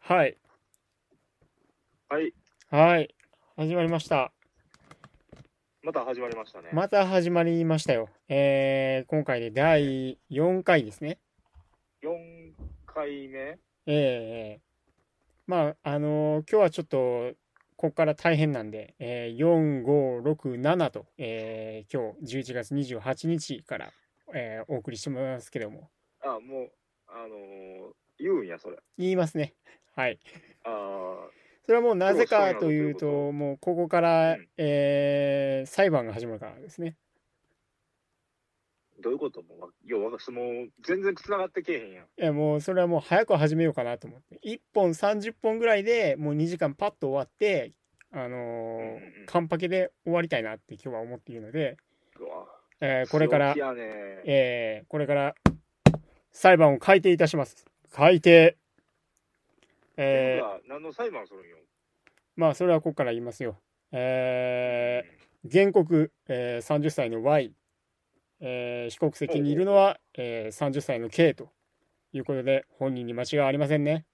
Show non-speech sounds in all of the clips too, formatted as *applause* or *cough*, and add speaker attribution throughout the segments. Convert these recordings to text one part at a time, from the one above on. Speaker 1: はい。
Speaker 2: はい、
Speaker 1: はい。始まりました。
Speaker 2: また始まりましたね。
Speaker 1: また始まりましたよ。えー、今回で第4回ですね。
Speaker 2: 4回目
Speaker 1: えー、まあ、あのー今日はちょっと、ここから大変なんで、えー、4、5、6、7と、えー、今日11月28日から、えー、お送りしてますけども、
Speaker 2: あ、もう、あのー言うんや、それ。
Speaker 1: 言いますね。はい。
Speaker 2: あ
Speaker 1: それはもうなぜかという
Speaker 2: そういう
Speaker 1: と、もうここから、
Speaker 2: うん
Speaker 1: えー、裁判が始まるからですね。
Speaker 2: ーどういうこともうわ、よう、私もう全然繋がってけえへんや
Speaker 1: い
Speaker 2: ん。
Speaker 1: やもうそれはもう早く始めようかなと思って1本30本ぐらいでもう2時間パッと終わってあのー
Speaker 2: うんうん
Speaker 1: カンパケで終わりたいなって今日は思っているので、
Speaker 2: うわ
Speaker 1: えーこれから
Speaker 2: 強気、やね
Speaker 1: えーこれから裁判を改定いたします改定
Speaker 2: え
Speaker 1: えー
Speaker 2: 何の裁判するんよ。
Speaker 1: まあそれはここから言いますよえー原告、えー30歳の Y、えー被告席にいるのは、えー30歳の K ということで本人に間違いはありませんね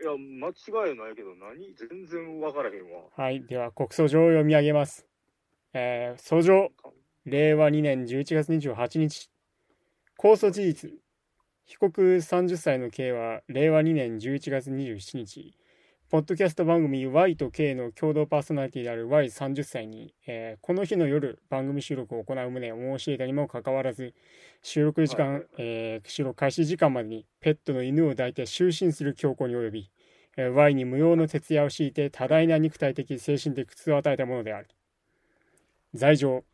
Speaker 2: いや、間違いないけど、何全然わからへんわ。
Speaker 1: はい、では告訴状を読み上げます。えー、訴状、令和2年11月28日。控訴事実、被告30歳の K は令和2年11月27日、ポッドキャスト番組 Y と K の共同パーソナリティである Y30 歳に、えーこの日の夜、番組収録を行う旨を申し入れたにもかかわらず、収録時間、
Speaker 2: はい
Speaker 1: えー収録開始時間までにペットの犬を抱いて就寝する強行に及び、えー Y に無用の徹夜を敷いて多大な肉体的精神的苦痛を与えたものである。罪状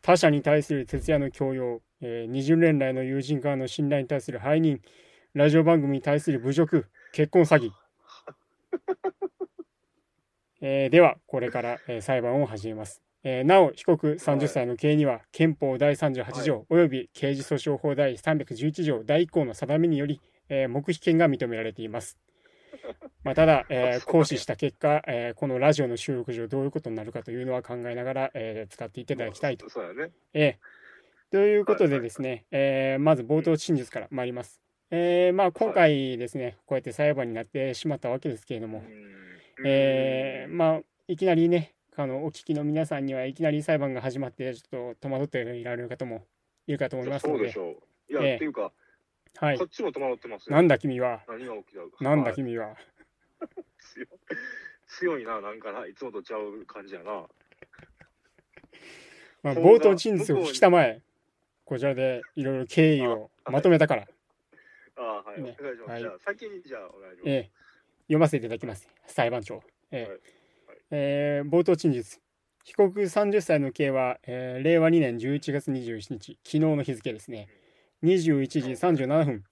Speaker 1: 他者に対する徹夜の強要、えー、20年来の友人からの信頼に対する背任、ラジオ番組に対する侮辱、結婚詐欺。 *laughs* えーでは、これから、えー裁判を始めます。えーなお、被告30歳の刑には、憲法第38条及び刑事訴訟法第311条第1項の定めにより、えー黙秘権が認められています。 *laughs* まあ、ただ、えー行使した結果、えーこのラジオの収録上どういうことになるかというのは考えながら、えー使っていただきたいと。
Speaker 2: そうやね。
Speaker 1: ええ。ということ
Speaker 2: はい
Speaker 1: で
Speaker 2: はい
Speaker 1: ですね、えーまず冒頭陳述から参ります。えーまあ、今回ですね、こうやって裁判になってしまったわけですけれど
Speaker 2: う
Speaker 1: も、
Speaker 2: ん
Speaker 1: えー
Speaker 2: うん
Speaker 1: まあ、いきなりね、あのお聞きの皆さんにはいきなり裁判が始まって、ちょっと戸惑っていられる方もいるかと思います
Speaker 2: そ
Speaker 1: の
Speaker 2: うで
Speaker 1: で
Speaker 2: し、ょう。いや、
Speaker 1: ええ
Speaker 2: っていうか、
Speaker 1: はい
Speaker 2: こっ、ちも戸惑ってますよ。
Speaker 1: なんだ君は、
Speaker 2: 何が起きた
Speaker 1: なんだ
Speaker 2: はい
Speaker 1: 君は、
Speaker 2: 強い *laughs* 強いな、なんかな、いつもとちゃう感じやな。
Speaker 1: まあ、
Speaker 2: こんな
Speaker 1: 冒頭陳述を聞きたまえ、こちらでいろいろ経緯をまとめたから、
Speaker 2: あはい、
Speaker 1: ね
Speaker 2: お願いします。
Speaker 1: はい
Speaker 2: じゃあ、先にじゃあ、お願いします。
Speaker 1: ええ、読ませていただきます、裁判長。ええ
Speaker 2: はいはい
Speaker 1: えー冒頭陳述。被告30歳の刑は、えー令和2年11月27日、昨日の日付ですね、21時37分、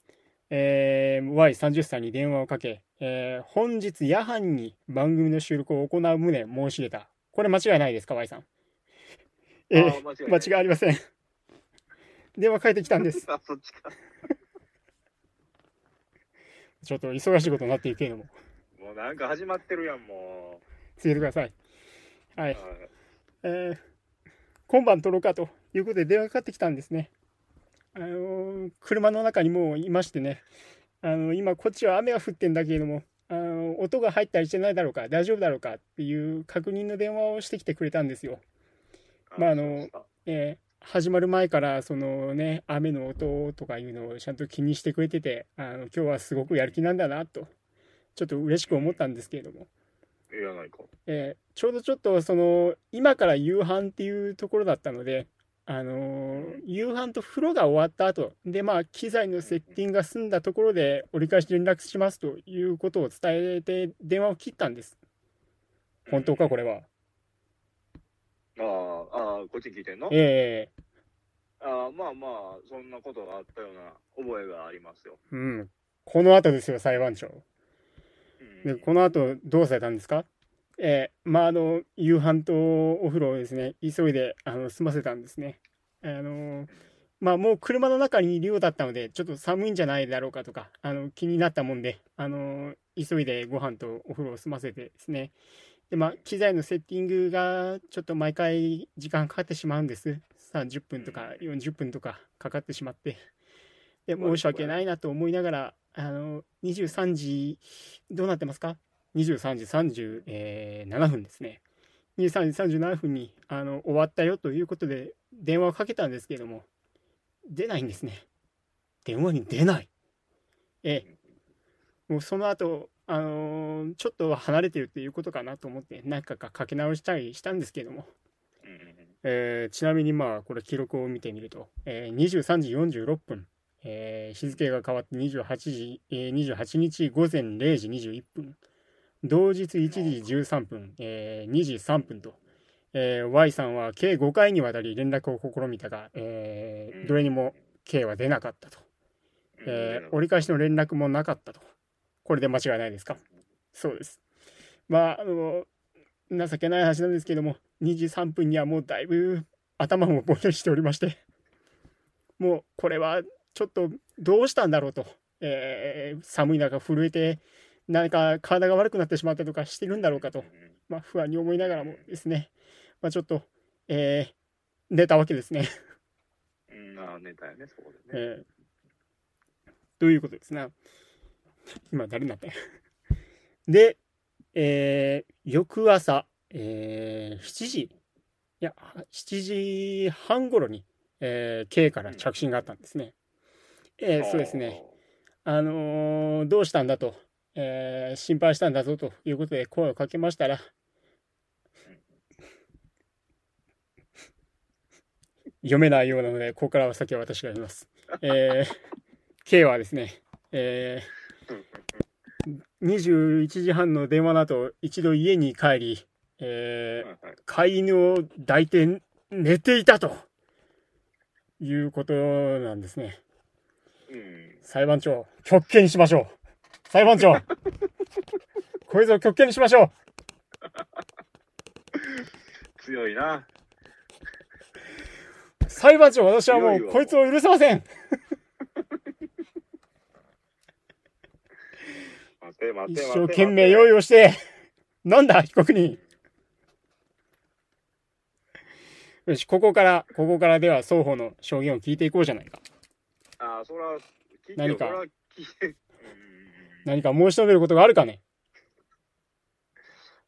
Speaker 1: えー Y30 歳に電話をかけ、えー本日夜半に番組の収録を行う旨申し入れた。これ間違いないですか、Y さん。え
Speaker 2: あ
Speaker 1: え
Speaker 2: ー間違いな
Speaker 1: 間
Speaker 2: い
Speaker 1: 違いありません。 *laughs* 電話かえてきたんです。
Speaker 2: *laughs* あ、そっちか。
Speaker 1: ちょっと忙しいことになっているけれども、
Speaker 2: もうなんか始まってるやん、も
Speaker 1: 続けてください。は
Speaker 2: う。
Speaker 1: い
Speaker 2: は。い
Speaker 1: えー今晩撮ろうかということで電話かかってきたんですね。あのー車の中にもういましてね、あの今こっちは雨が降ってんだけれども、あの音が入ったりしてないだろうか、大丈夫だろうかっていう確認の電話をしてきてくれたんですよ。まああの
Speaker 2: そう
Speaker 1: えー始まる前からそのね雨の音とかいうのをちゃんと気にしてくれててあの今日はすごくやる気なんだなとちょっと嬉しく思ったんですけれども
Speaker 2: いやないか。
Speaker 1: えーちょうどちょっとその今から夕飯っていうところだったので、あのー夕飯と風呂が終わった後でまあ機材のセッティングが済んだところで折り返し連絡しますということを伝えて電話を切ったんです本当かこれは
Speaker 2: ああ、ああ、こっちに聞いてんの
Speaker 1: ええ
Speaker 2: ああ、まあまあ、そんなことがあったような覚えがありますよ。
Speaker 1: うんこの後ですよ裁判長
Speaker 2: う
Speaker 1: で
Speaker 2: ん
Speaker 1: この後どうされたんですかえーまああの夕飯とお風呂をですね急いであの済ませたんですねあのーまあもう車の中にいるようだったのでちょっと寒いんじゃないだろうかとかあの気になったもんであのー急いでご飯とお風呂を済ませてですねでまあ機材のセッティングがちょっと毎回時間かかってしまうんです30分とか40分とかかかってしまってで
Speaker 2: う
Speaker 1: 申
Speaker 2: ん
Speaker 1: し訳ないなと思いながら、えあの、23時、どうなってますか ?23 時37分ですね。23時37分に、あの、終わったよということで、電話をかけたんですけれども、出ないんですね。電話に出ない。ええ。もうその後、あのーちょっと離れてるっていうことかなと思って、何回かかけ直したりしたんですけれども、
Speaker 2: うん
Speaker 1: えーちなみにまあこれ記録を見てみると、えー23時46分、えー日付が変わって28時、えー28日午前0時21分同日1時13分、えー2時3分と、えー Y さんは計5回にわたり連絡を試みたが、えーどれにも K は出なかったと、えー折り返しの連絡もなかったとこれで間違いないですかそうです。まあ、あの、情けない話なんですけども、2時3分にはもうだいぶ頭もぼんやりしておりまして、もうこれはちょっとどうしたんだろうと、えー寒い中震えて、何か体が悪くなってしまったとかしてるんだろうかと、まあ、不安に思いながらもですね、まあ、ちょっと、えー寝たわけですね。
Speaker 2: うんああネタやねそこでね、
Speaker 1: えーということですな。今誰になったんやで、えー翌朝、えー7時、いや、7時半頃に、えー K から着信があったんですね。えーそうですね。あのーどうしたんだと、えー心配したんだぞということで声をかけましたら、読めないようなので、ここからは先は私がやります。えー、K はですね、えー、21時半の電話の後、一度家に帰り、えー
Speaker 2: はいはい
Speaker 1: 飼い犬を抱いて寝ていたということなんですね。
Speaker 2: うん
Speaker 1: 裁判長、極刑にしましょう。裁判
Speaker 2: *laughs*
Speaker 1: 長、これぞ極刑にしましょう。
Speaker 2: 強いな
Speaker 1: 裁判長、私はも
Speaker 2: いよいうよ
Speaker 1: こいつを許せません。
Speaker 2: 待て待
Speaker 1: 一
Speaker 2: て待て
Speaker 1: 生懸命用
Speaker 2: 意
Speaker 1: 意をして、なんだ、被告人。よし、ここから、ここからでは双方の証言を聞いていこうじゃないか。
Speaker 2: ああそれは聞いて
Speaker 1: 何
Speaker 2: よそ
Speaker 1: か
Speaker 2: れは聞いてうん
Speaker 1: 何か申し述べることがあるかね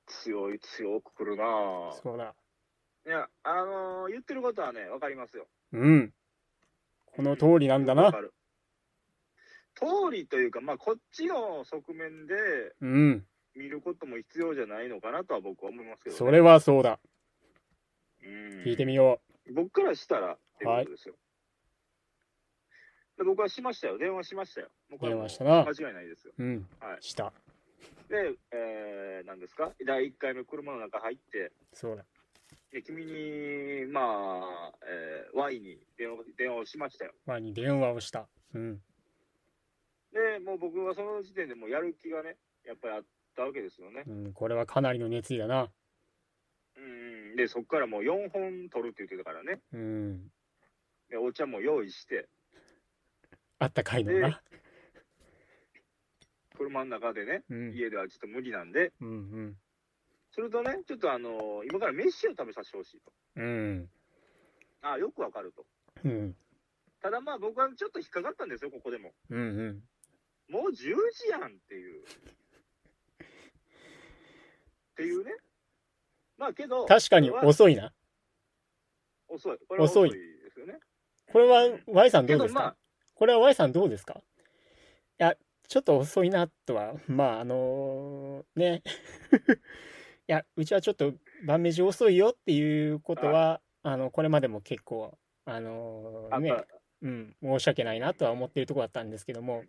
Speaker 2: 強い強くくるなぁ
Speaker 1: そうだ。
Speaker 2: いやあのー言ってることはねわかりますよ
Speaker 1: うん。この通りなんだ
Speaker 2: わ
Speaker 1: な
Speaker 2: か。る通りというかまあこっちの側面で
Speaker 1: うん。
Speaker 2: 見ることも必要じゃないのかなとは僕は思いますけど、ね、
Speaker 1: それはそうだ。
Speaker 2: うん
Speaker 1: 聞いてみよ
Speaker 2: 僕からしたらってことですよ、で僕はしましたよ電話しましたよ僕はもう
Speaker 1: 電話したな
Speaker 2: 間違いないですよ
Speaker 1: う。うん
Speaker 2: は。い
Speaker 1: した。
Speaker 2: で、えー、何ですか第1回の車の中入って
Speaker 1: そうだ。
Speaker 2: で君にまあ、えー、Y に電話電話をしましたよ
Speaker 1: 前に電話をした。うん。
Speaker 2: でもう僕はその時点でもうやる気がねやっぱりあったわけですよね
Speaker 1: うん。これはかなりの熱意だな。
Speaker 2: うんでそこからもう4本取るって言ってたからね
Speaker 1: うん。
Speaker 2: でお茶も用意して
Speaker 1: あったかいのな。
Speaker 2: 車の中でね
Speaker 1: うん。
Speaker 2: 家ではちょっと無理なんで
Speaker 1: うん。
Speaker 2: それとねちょっとあの今から飯を食べさせてほしいと
Speaker 1: うん。うん。
Speaker 2: あよくわかると
Speaker 1: うん。
Speaker 2: ただまあ僕はちょっと引っかかったんですよここでも
Speaker 1: うん。うん。
Speaker 2: もう10時やんっていうっていうねまあけど
Speaker 1: 確かに
Speaker 2: これは
Speaker 1: 遅いな。
Speaker 2: 遅いこれは遅いですよね
Speaker 1: これは Y さんど
Speaker 2: け
Speaker 1: うで
Speaker 2: ど
Speaker 1: す
Speaker 2: ま
Speaker 1: か
Speaker 2: あ
Speaker 1: これは Y さんどうですかいや、ちょっと遅いなとは、まあ、あのね。 *laughs* いや、うちはちょっと晩飯遅いよっていうことは、あの、これまでも結構、あの
Speaker 2: あん
Speaker 1: ね
Speaker 2: た、
Speaker 1: うん、申し訳ないなとは思ってるところだったんですけど
Speaker 2: うん
Speaker 1: も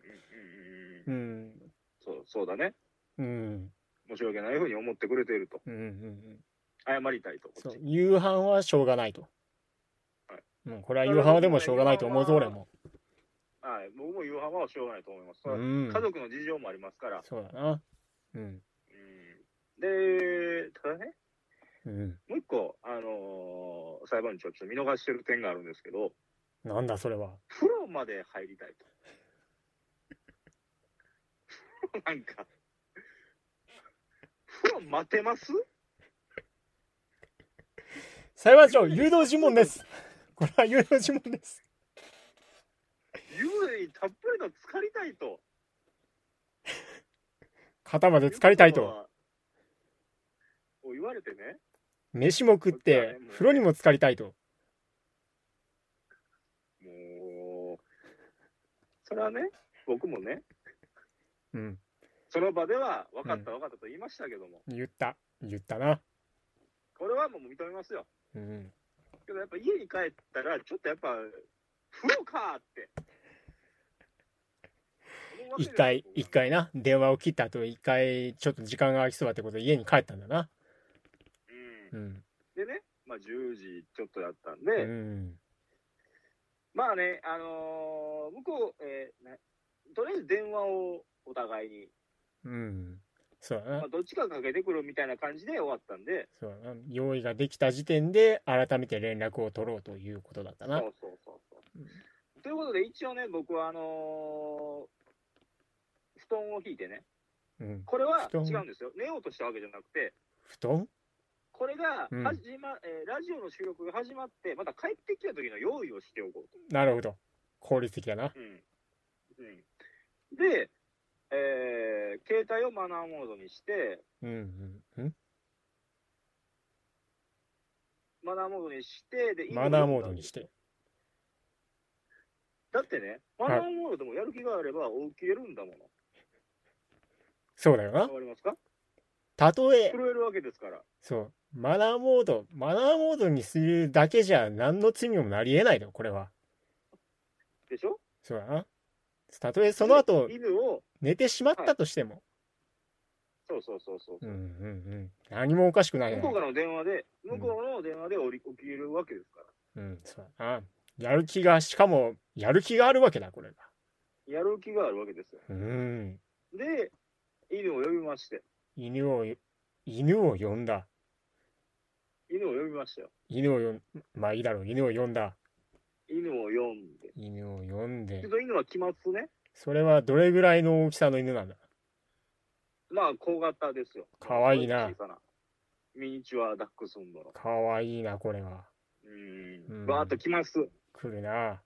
Speaker 1: う
Speaker 2: うん、うんうん
Speaker 1: ん、
Speaker 2: そうそうだね
Speaker 1: うん、
Speaker 2: 申し訳ないふうに思ってくれていると
Speaker 1: うん、うんうん、
Speaker 2: 謝りたいとこっち
Speaker 1: そう、夕飯はしょうがないと
Speaker 2: はい。
Speaker 1: うん、これは夕飯はでもしょうがないと思うぞ、俺も。
Speaker 2: はい、僕も夕飯はしょうがないと思います、
Speaker 1: うん、
Speaker 2: 家族の事情もありますから、
Speaker 1: そうだな。うん、
Speaker 2: うん、でただね
Speaker 1: うん、
Speaker 2: もう一個、あのー裁判長ちょっと見逃してる点があるんですけど
Speaker 1: なんだそれは。
Speaker 2: 風呂まで入りたいと *laughs* 風呂なんか風呂待てます
Speaker 1: 裁判長、誘導尋問
Speaker 2: *laughs*
Speaker 1: です。これは誘導尋問です。
Speaker 2: 湯船にたっぷりと浸かりたいと
Speaker 1: 肩まで浸かりたいと。。
Speaker 2: お言われてね。
Speaker 1: 飯も食って、風呂にも浸かりたいと。
Speaker 2: もう、それはね、僕もね、
Speaker 1: うん。
Speaker 2: その場では分かった分かったと言いましたけども、
Speaker 1: 言った。言ったな。
Speaker 2: これはもう認めますよ。
Speaker 1: うん。
Speaker 2: けどやっぱ家に帰ったら、ちょっとやっぱ、風呂かーって。思うわけ
Speaker 1: 一
Speaker 2: ですよ
Speaker 1: 回、
Speaker 2: 僕は
Speaker 1: 一回な。電話を切った後、一回、ちょっと時間が空きそうだってことで家に帰ったんだな。
Speaker 2: うん
Speaker 1: うん。
Speaker 2: でね、まあ、10時ちょっとだったん
Speaker 1: う
Speaker 2: で、
Speaker 1: ん。
Speaker 2: まあね、あのー向こう、えーね、とりあえず電話をお互いに、
Speaker 1: うん。そうだな
Speaker 2: まあ、。どっちかかけてくるみたいな感じで終わったんで、
Speaker 1: そうだな。用意ができた時点で、改めて連絡を取ろうということだったな
Speaker 2: そ。うそうそうそう
Speaker 1: うん
Speaker 2: ということで、一応ね、僕はあのー布団を引いてね、
Speaker 1: うん。
Speaker 2: これは
Speaker 1: 布団
Speaker 2: 違うんですよ、寝ようとしたわけじゃなくて、
Speaker 1: 布団
Speaker 2: これが
Speaker 1: うん
Speaker 2: 始ま、えーラジオの収録が始まって、また帰ってきた時の用意をしておこうと。
Speaker 1: なるほど。効率的だな。
Speaker 2: うんうん、で、えー携帯をマナーモードにして、
Speaker 1: うん。うん。うん
Speaker 2: マナーモードにして、で
Speaker 1: マナーモードにして。
Speaker 2: だってね、マナーモードでもやる気があれば、起きれるんだもの。
Speaker 1: そうだよな
Speaker 2: わ。かりますか
Speaker 1: たとえ、
Speaker 2: 震えるわけですから。
Speaker 1: そう。マナーモード、マナーモードにするだけじゃ何の罪にもなり得ないの、これは。
Speaker 2: でしょ
Speaker 1: そうだな。たとえその後
Speaker 2: で犬を、
Speaker 1: 寝てしまったとしても。
Speaker 2: そうそうそうそう。
Speaker 1: うんうんうん。何もおかしくない
Speaker 2: 向
Speaker 1: な
Speaker 2: こうからの電話で、向こうの電話で降り起きれるわけですから。
Speaker 1: うん、そうだな。やる気が、しかも、やる気があるわけだ、これが。
Speaker 2: やる気があるわけですよ。
Speaker 1: うん。
Speaker 2: で、犬を呼びまして、
Speaker 1: 犬を、犬を呼んだ。
Speaker 2: 犬を呼びましたよ。
Speaker 1: 犬を呼ん、まあいいだろう、犬を呼んだ。
Speaker 2: 犬を呼んで。
Speaker 1: 犬を呼ん
Speaker 2: ちょ
Speaker 1: で
Speaker 2: っ。と犬は期末ね。
Speaker 1: それはどれぐらいの大きさの犬なんだ
Speaker 2: まあ、小型ですよ。
Speaker 1: かわいいな
Speaker 2: 小さな。ミニチュアダックスフンドの。
Speaker 1: かわいいな、これは。
Speaker 2: う
Speaker 1: うん
Speaker 2: ん。バーッと来ます。
Speaker 1: 来るな。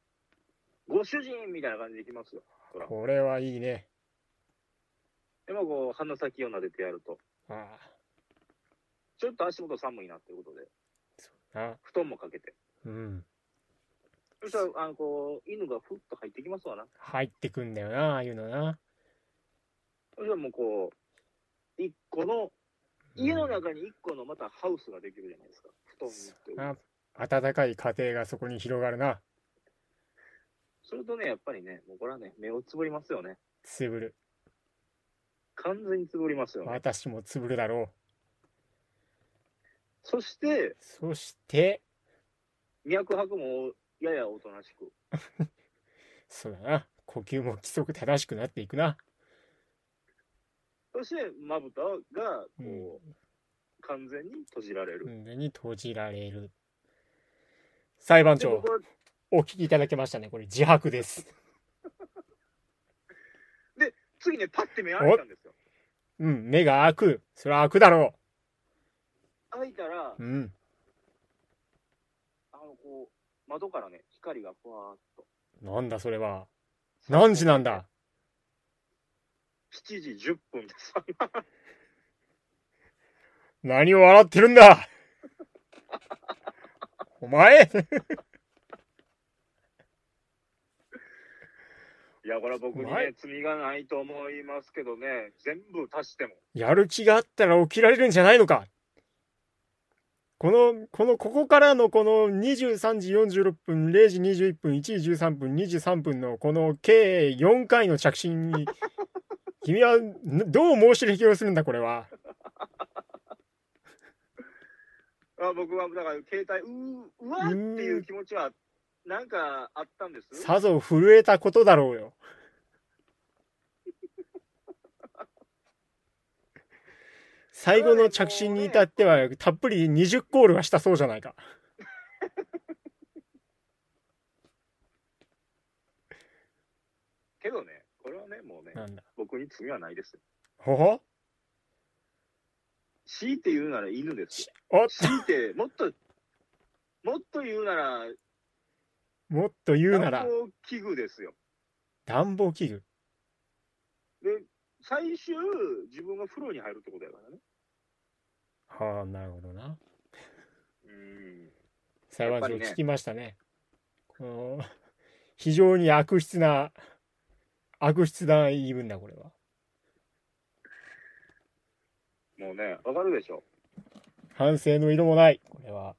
Speaker 2: ご主人みたいな感じで来ますよ。ほら
Speaker 1: これはいいね。
Speaker 2: でもこう、鼻先を撫でてやると、
Speaker 1: ああ。
Speaker 2: ちょっと足元寒いなっていうことで、
Speaker 1: そうな。
Speaker 2: 布団もかけて。
Speaker 1: うん。
Speaker 2: そしたら、あの、こう、犬がふっと入ってきますわな。
Speaker 1: 入ってくんだよな、ああいうのな。
Speaker 2: そしたらもうこう、一個の、家の中に一個のまたハウスができるじゃないですか。布団っていう。
Speaker 1: あ温かい家庭がそこに広がるな。
Speaker 2: それとね、やっぱりね、もうこれはね、目をつぶりますよね。
Speaker 1: つぶる。
Speaker 2: 完全につぶりますよね。
Speaker 1: 私もつぶるだろ
Speaker 2: そして
Speaker 1: う。、そして、
Speaker 2: 脈拍もややおとなしく。
Speaker 1: そうだな。呼吸も規則正しくなっていくな。
Speaker 2: そして、まぶたが、こう、
Speaker 1: う
Speaker 2: 完全に閉じられる。
Speaker 1: ん。に閉じられる。裁判
Speaker 2: で
Speaker 1: 長
Speaker 2: 僕、は
Speaker 1: お聞きいただけましたね。これ自白です。
Speaker 2: 次ね、パッて目開いたんですよ。
Speaker 1: うん。目が開く。それは開くだろ
Speaker 2: 開いたら
Speaker 1: う。、うん。
Speaker 2: あの、こう、窓からね、光がふわーっと。
Speaker 1: なんだそれは。何時なんだ
Speaker 2: ?7 時10分です。 *laughs*
Speaker 1: 何を笑ってるんだお前
Speaker 2: いや、これは僕に
Speaker 1: うまい
Speaker 2: ね、罪がないと思いますけどね、全部足しても。
Speaker 1: やる気があったら起きられるんじゃないのかこの、この、ここからのこの23時46分、0時21分、1時13分、23分のこの計4回の着信に、君はんどう申し出をするんだ、これは。
Speaker 2: あ僕は、だから、携帯、うー、うわーっていう気持ちは、なんかあったんです。
Speaker 1: さぞ震えたことだろう
Speaker 2: *laughs*
Speaker 1: よ。最後の着信に至っては、たっぷり20コールはしたそうじゃないか。
Speaker 2: けどね、これはね、もうね、
Speaker 1: なんだ。
Speaker 2: 僕に罪はないです。
Speaker 1: ほほ
Speaker 2: 強いて言うなら犬ですよ。
Speaker 1: おっ
Speaker 2: 強いて、もっと、もっと言うなら、
Speaker 1: もっと言うなら
Speaker 2: 暖、房器具ですよ。
Speaker 1: 暖房器具。
Speaker 2: で、最終、自分が風呂に入るってことやからね。
Speaker 1: はあ、なるほどな。
Speaker 2: うん。
Speaker 1: 裁判長、
Speaker 2: やっぱりね
Speaker 1: 聞きましたね。この、非常に悪質な、悪質な言い分だ、これは。
Speaker 2: もうね、わかるでしょ。
Speaker 1: 反省の色もない、これは。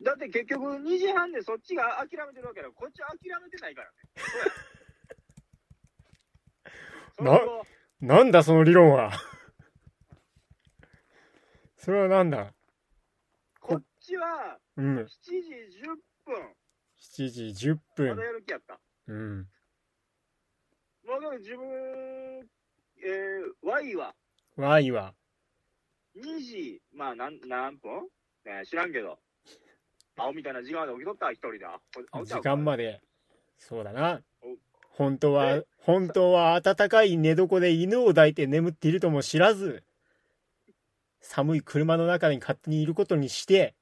Speaker 2: だって結局、2時半でそっちが諦めてるわけだから、こっちは諦めてないからね。そうや
Speaker 1: *laughs* な
Speaker 2: その後
Speaker 1: なんだ、その理論は。 *laughs* それはなんだ
Speaker 2: こっちは
Speaker 1: うん
Speaker 2: 7。時10分、
Speaker 1: 7時10
Speaker 2: まだ
Speaker 1: 分。
Speaker 2: やる気やった。
Speaker 1: うん。
Speaker 2: もうだから自分、えー、Y は
Speaker 1: Y は。
Speaker 2: 2時、まあ何何分、ね、知らんけど、青みたいな時間まで起きとった、一人で。あ青ちゃ
Speaker 1: 時
Speaker 2: うか
Speaker 1: 間までそうだな
Speaker 2: お
Speaker 1: 本当は
Speaker 2: え
Speaker 1: 本当は暖かい寝床で犬を抱いて眠っているとも知らず寒い車の中に勝手にいることにして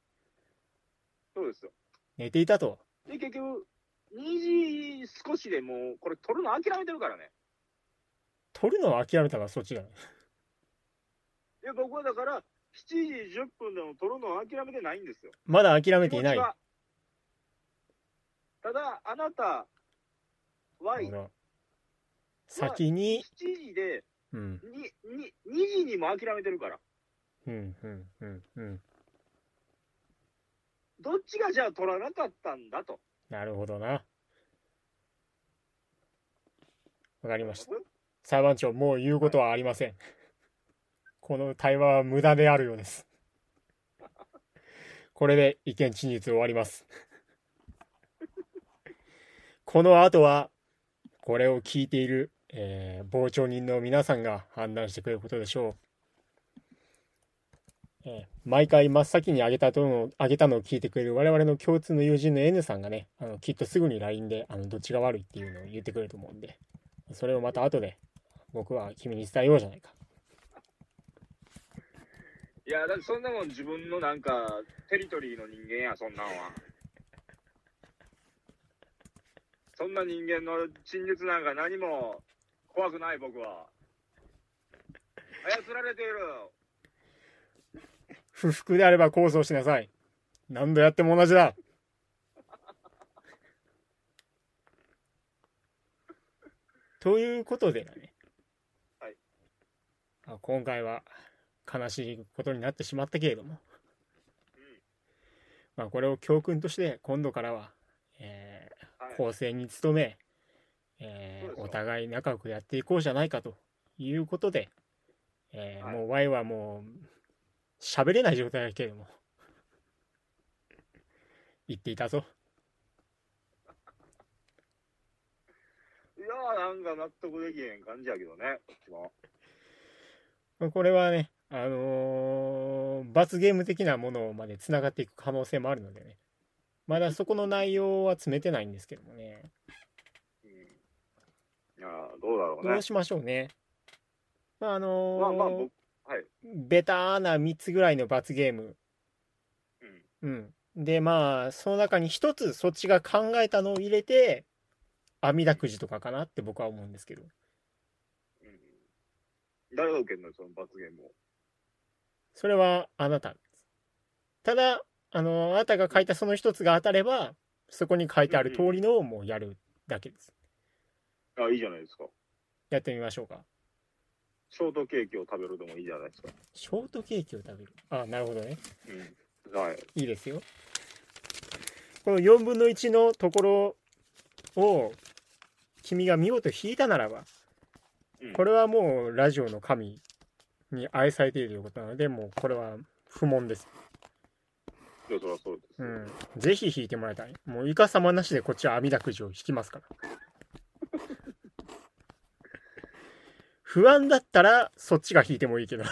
Speaker 2: そうですよ。
Speaker 1: 寝ていたと
Speaker 2: で、結局、2時少しでもう、これ撮るの諦めてるからね。
Speaker 1: 取るのを諦めたからそっちが
Speaker 2: で、僕はだから、7時10分でも撮るのを諦めてないんですよ。
Speaker 1: まだ諦めていない
Speaker 2: 気持ちはただ、あなた、Y、
Speaker 1: こ
Speaker 2: 7
Speaker 1: の先に
Speaker 2: 時で
Speaker 1: うん
Speaker 2: にに、2時にも諦めてるから。
Speaker 1: うんうんうんうん
Speaker 2: どっちがじゃあ取らなかったんだと。
Speaker 1: なるほどなわかりました
Speaker 2: 僕
Speaker 1: 裁判長もう言うことはありませんこの対話は無駄であるようですこれで意見陳述終わりますこの後はこれを聞いている、えー傍聴人の皆さんが判断してくれることでしょう、えー毎回真っ先に挙げたとの挙げたのを聞いてくれる我々の共通の友人の N さんがねあのきっとすぐに LINE であのどっちが悪いっていうのを言ってくれると思うんでそれをまた後で僕は君に伝えようじゃないか。
Speaker 2: いや、だってそんなもん自分のなんか、テリトリーの人間や、そんなんは。そんな人間の陳述なんか何も怖くない、僕は。操られている。
Speaker 1: 不服であれば控訴しなさい。何度やっても同じだ。 *laughs* ということでだね。
Speaker 2: はい
Speaker 1: あ今回は悲しいことになってしまったけれども、まあ、これを教訓として今度からは、えー
Speaker 2: うん。はい。
Speaker 1: 公正に努め、えー
Speaker 2: そうですよ
Speaker 1: お互い仲良くやっていこうじゃないかということで、えー
Speaker 2: はい
Speaker 1: もう Y はもう喋れない状態だけれども *laughs* 言っていたぞ
Speaker 2: いや、なんか納得できへん感じやけどね、こっちも。
Speaker 1: これはねあのー罰ゲーム的なものまでつながっていく可能性もあるのでねまだそこの内容は詰めてないんですけどもね
Speaker 2: うん。いや、どうだろう
Speaker 1: ど
Speaker 2: ね
Speaker 1: う。しましょうねまああのー
Speaker 2: まあまあ、僕、はい。
Speaker 1: ベターな3つぐらいの罰ゲーム
Speaker 2: うん。
Speaker 1: うん。で、まあ、その中に一つ、そっちが考えたのを入れて、阿弥陀くじとかかなって僕は思うんですけど。
Speaker 2: うん。誰が受けんのよその罰ゲームを。
Speaker 1: それはあなた。ただ、あの、あなたが書いたその一つが当たれば、そこに書いてある通りのをもうやるだけです。
Speaker 2: あ、いいじゃないですか。
Speaker 1: やってみましょうか。
Speaker 2: ショートケーキを食べるでもいいじゃないですか。
Speaker 1: ショートケーキを食べる。あ、なるほどね。
Speaker 2: うん。はい。
Speaker 1: いいですよ。この4分の1のところを、君が見事引いたならば、
Speaker 2: うん
Speaker 1: これはもうラジオの神に愛されているということなので、もうこれは不問です。
Speaker 2: いや、そりゃそうです
Speaker 1: う
Speaker 2: よ。
Speaker 1: ん。ぜひ引いてもらいたい。もうイカ様なしでこっちは網だくじを引きますから。 *laughs* 不安だったらそっちが引いてもいいけど。 *laughs*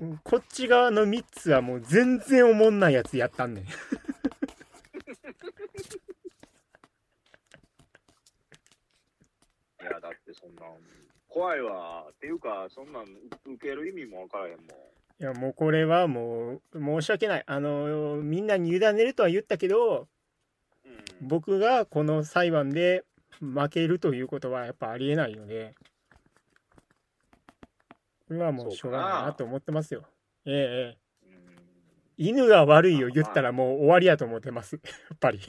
Speaker 1: うんこっち側の3つはもう全然おもんないやつやったんねん。
Speaker 2: いや、だってそんなん、怖いわ。っていうか、そんなん受ける意味もわからへんもん。
Speaker 1: いや、もうこれはもう、申し訳ない。あの、みんなに委ねるとは言ったけど、
Speaker 2: うん
Speaker 1: 僕がこの裁判で負けるということはやっぱありえないので、これはもうしょうがないなと思ってますよ。ええええ。
Speaker 2: うん
Speaker 1: 犬が悪いを言ったらもう終わりやと思ってます。 *laughs* やっぱり。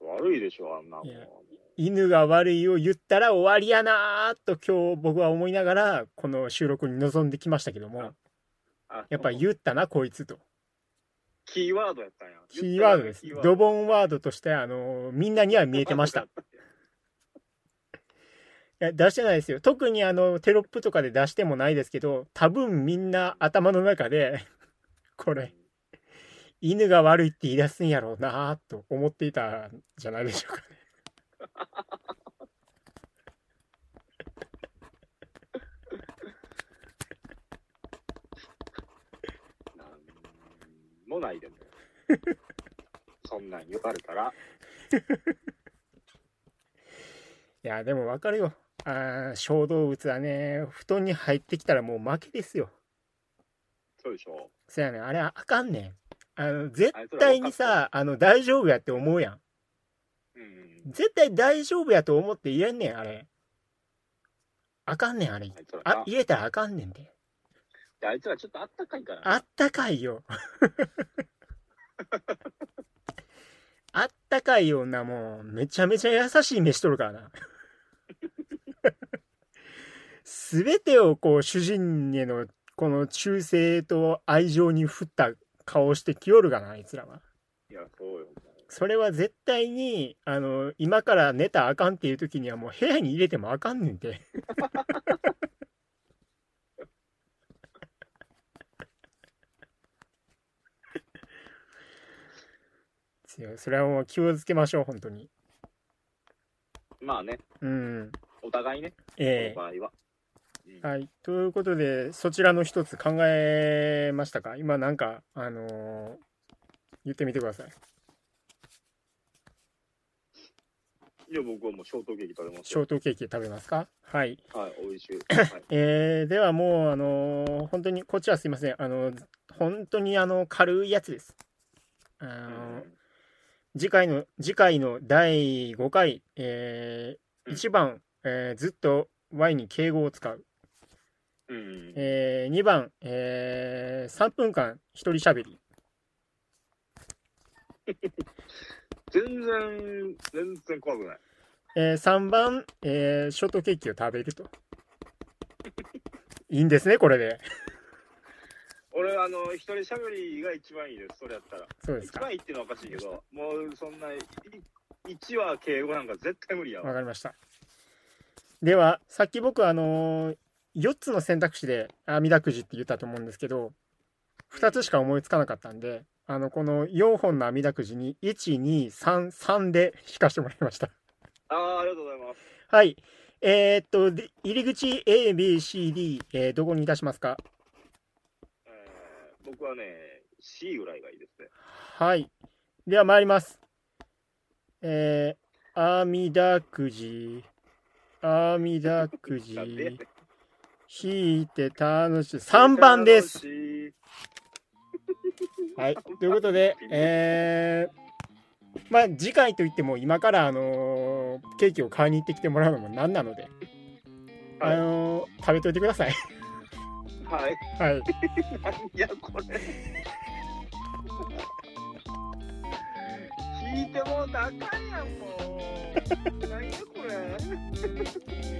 Speaker 2: 悪いでしょ、あんなもん
Speaker 1: いや犬が悪いを言ったら終わりやなーと今日僕は思いながら、この収録に臨んできましたけども、
Speaker 2: あ
Speaker 1: やっぱ言ったな、こいつと。
Speaker 2: キーワードやったんや。
Speaker 1: キーワードです
Speaker 2: キーワ。
Speaker 1: ドボンワードとして、あの、みんなには見えてました。い。や出してないですよ。特にあの、テロップとかで出してもないですけど、多分みんな頭の中で、 *laughs* これ、犬が悪いって言い出すんやろうなぁと思っていたんじゃないでしょうかね。
Speaker 2: なんもな
Speaker 1: *laughs*
Speaker 2: いでも。そんなん言われたら、
Speaker 1: いや、でもわかるよ。あー小動物はね、布団に入ってきたらもう負けですよ。
Speaker 2: そうでしょ。
Speaker 1: そやねんあれあかんねん。あの、絶
Speaker 2: あれそれ
Speaker 1: 対にさ、あの、大丈夫やって思うやん。
Speaker 2: うん。
Speaker 1: 絶対大丈夫やと思って言えんねん、あれ。あかんねん、あれ
Speaker 2: あ。いつら
Speaker 1: あ
Speaker 2: な、
Speaker 1: 言えたらあかんねんて。
Speaker 2: あいつらちょっとあったかいからな。
Speaker 1: あったかいよ。 *laughs* あったかい女もうめちゃめちゃ優しい飯とるからな。すべてをこう主人へのこの忠誠と愛情に振った顔してきよるがな、あいつらは。
Speaker 2: いや、そうよ。
Speaker 1: それは絶対に、あの、今から寝たらあかんっていう時にはもう部屋に入れてもあかんねんて。 *laughs* 強いそれはもう気をつけましょう、本当に。
Speaker 2: まあね、
Speaker 1: うん。
Speaker 2: お互いね、
Speaker 1: え
Speaker 2: この場合は。うん
Speaker 1: えはい。ということで、そちらの一つ考えましたか今なんか、あのー言ってみてください。
Speaker 2: いや、僕はもうショートケーキ食べます
Speaker 1: ショ
Speaker 2: よ
Speaker 1: ー。トケーキ食べますかはい。
Speaker 2: はい、美味
Speaker 1: *coughs*
Speaker 2: しい。はい、
Speaker 1: えーではもう、あのー本当に、こっちはすいません。あの本当に、あの、軽いやつです。あの
Speaker 2: う
Speaker 1: ー
Speaker 2: ん
Speaker 1: 次回の、次回の第5回、え
Speaker 2: うん
Speaker 1: 1番、えーずっと Y に敬語を使う。
Speaker 2: うん。
Speaker 1: え2番、え3分間一人喋り。
Speaker 2: 全然、全然怖くない。
Speaker 1: え3番、えーショートケーキを食べると。いいんですね、これで。
Speaker 2: 俺、あの、一人喋りが一番いいです、それやったら。
Speaker 1: そうです
Speaker 2: 一
Speaker 1: か。
Speaker 2: 番いいっていうのはおかしいけど、もうそんな、い一話敬語なんか絶対無理やわ。
Speaker 1: わかりました。では、さっき僕、あのー、4つの選択肢であみだくじって言ったと思うんですけど、2つしか思いつかなかったんで、あの、この4本のあみだくじに、1、2、3、3で引かしてもらいました。 *laughs*
Speaker 2: ああ、ありがとうございます。
Speaker 1: はい。えーっと、で入り口 A、B、C、D、えーどこにいたしますか
Speaker 2: えー僕はね、C ぐらいがいいですね。
Speaker 1: はい。では参ります。えー、あみだくじ、あみだくじ、
Speaker 2: なんでやねん
Speaker 1: 引いて楽しい。3番です。
Speaker 2: 楽しい
Speaker 1: はい。ということで、えー、まあ次回といっても今からあのーケーキを買いに行ってきてもらうのもなんなので、
Speaker 2: はい
Speaker 1: あのー食べといてください。 *laughs*
Speaker 2: はい。
Speaker 1: はい。
Speaker 2: 何や、これ。聞いてもうたらあかんやん、もう。何や、これ。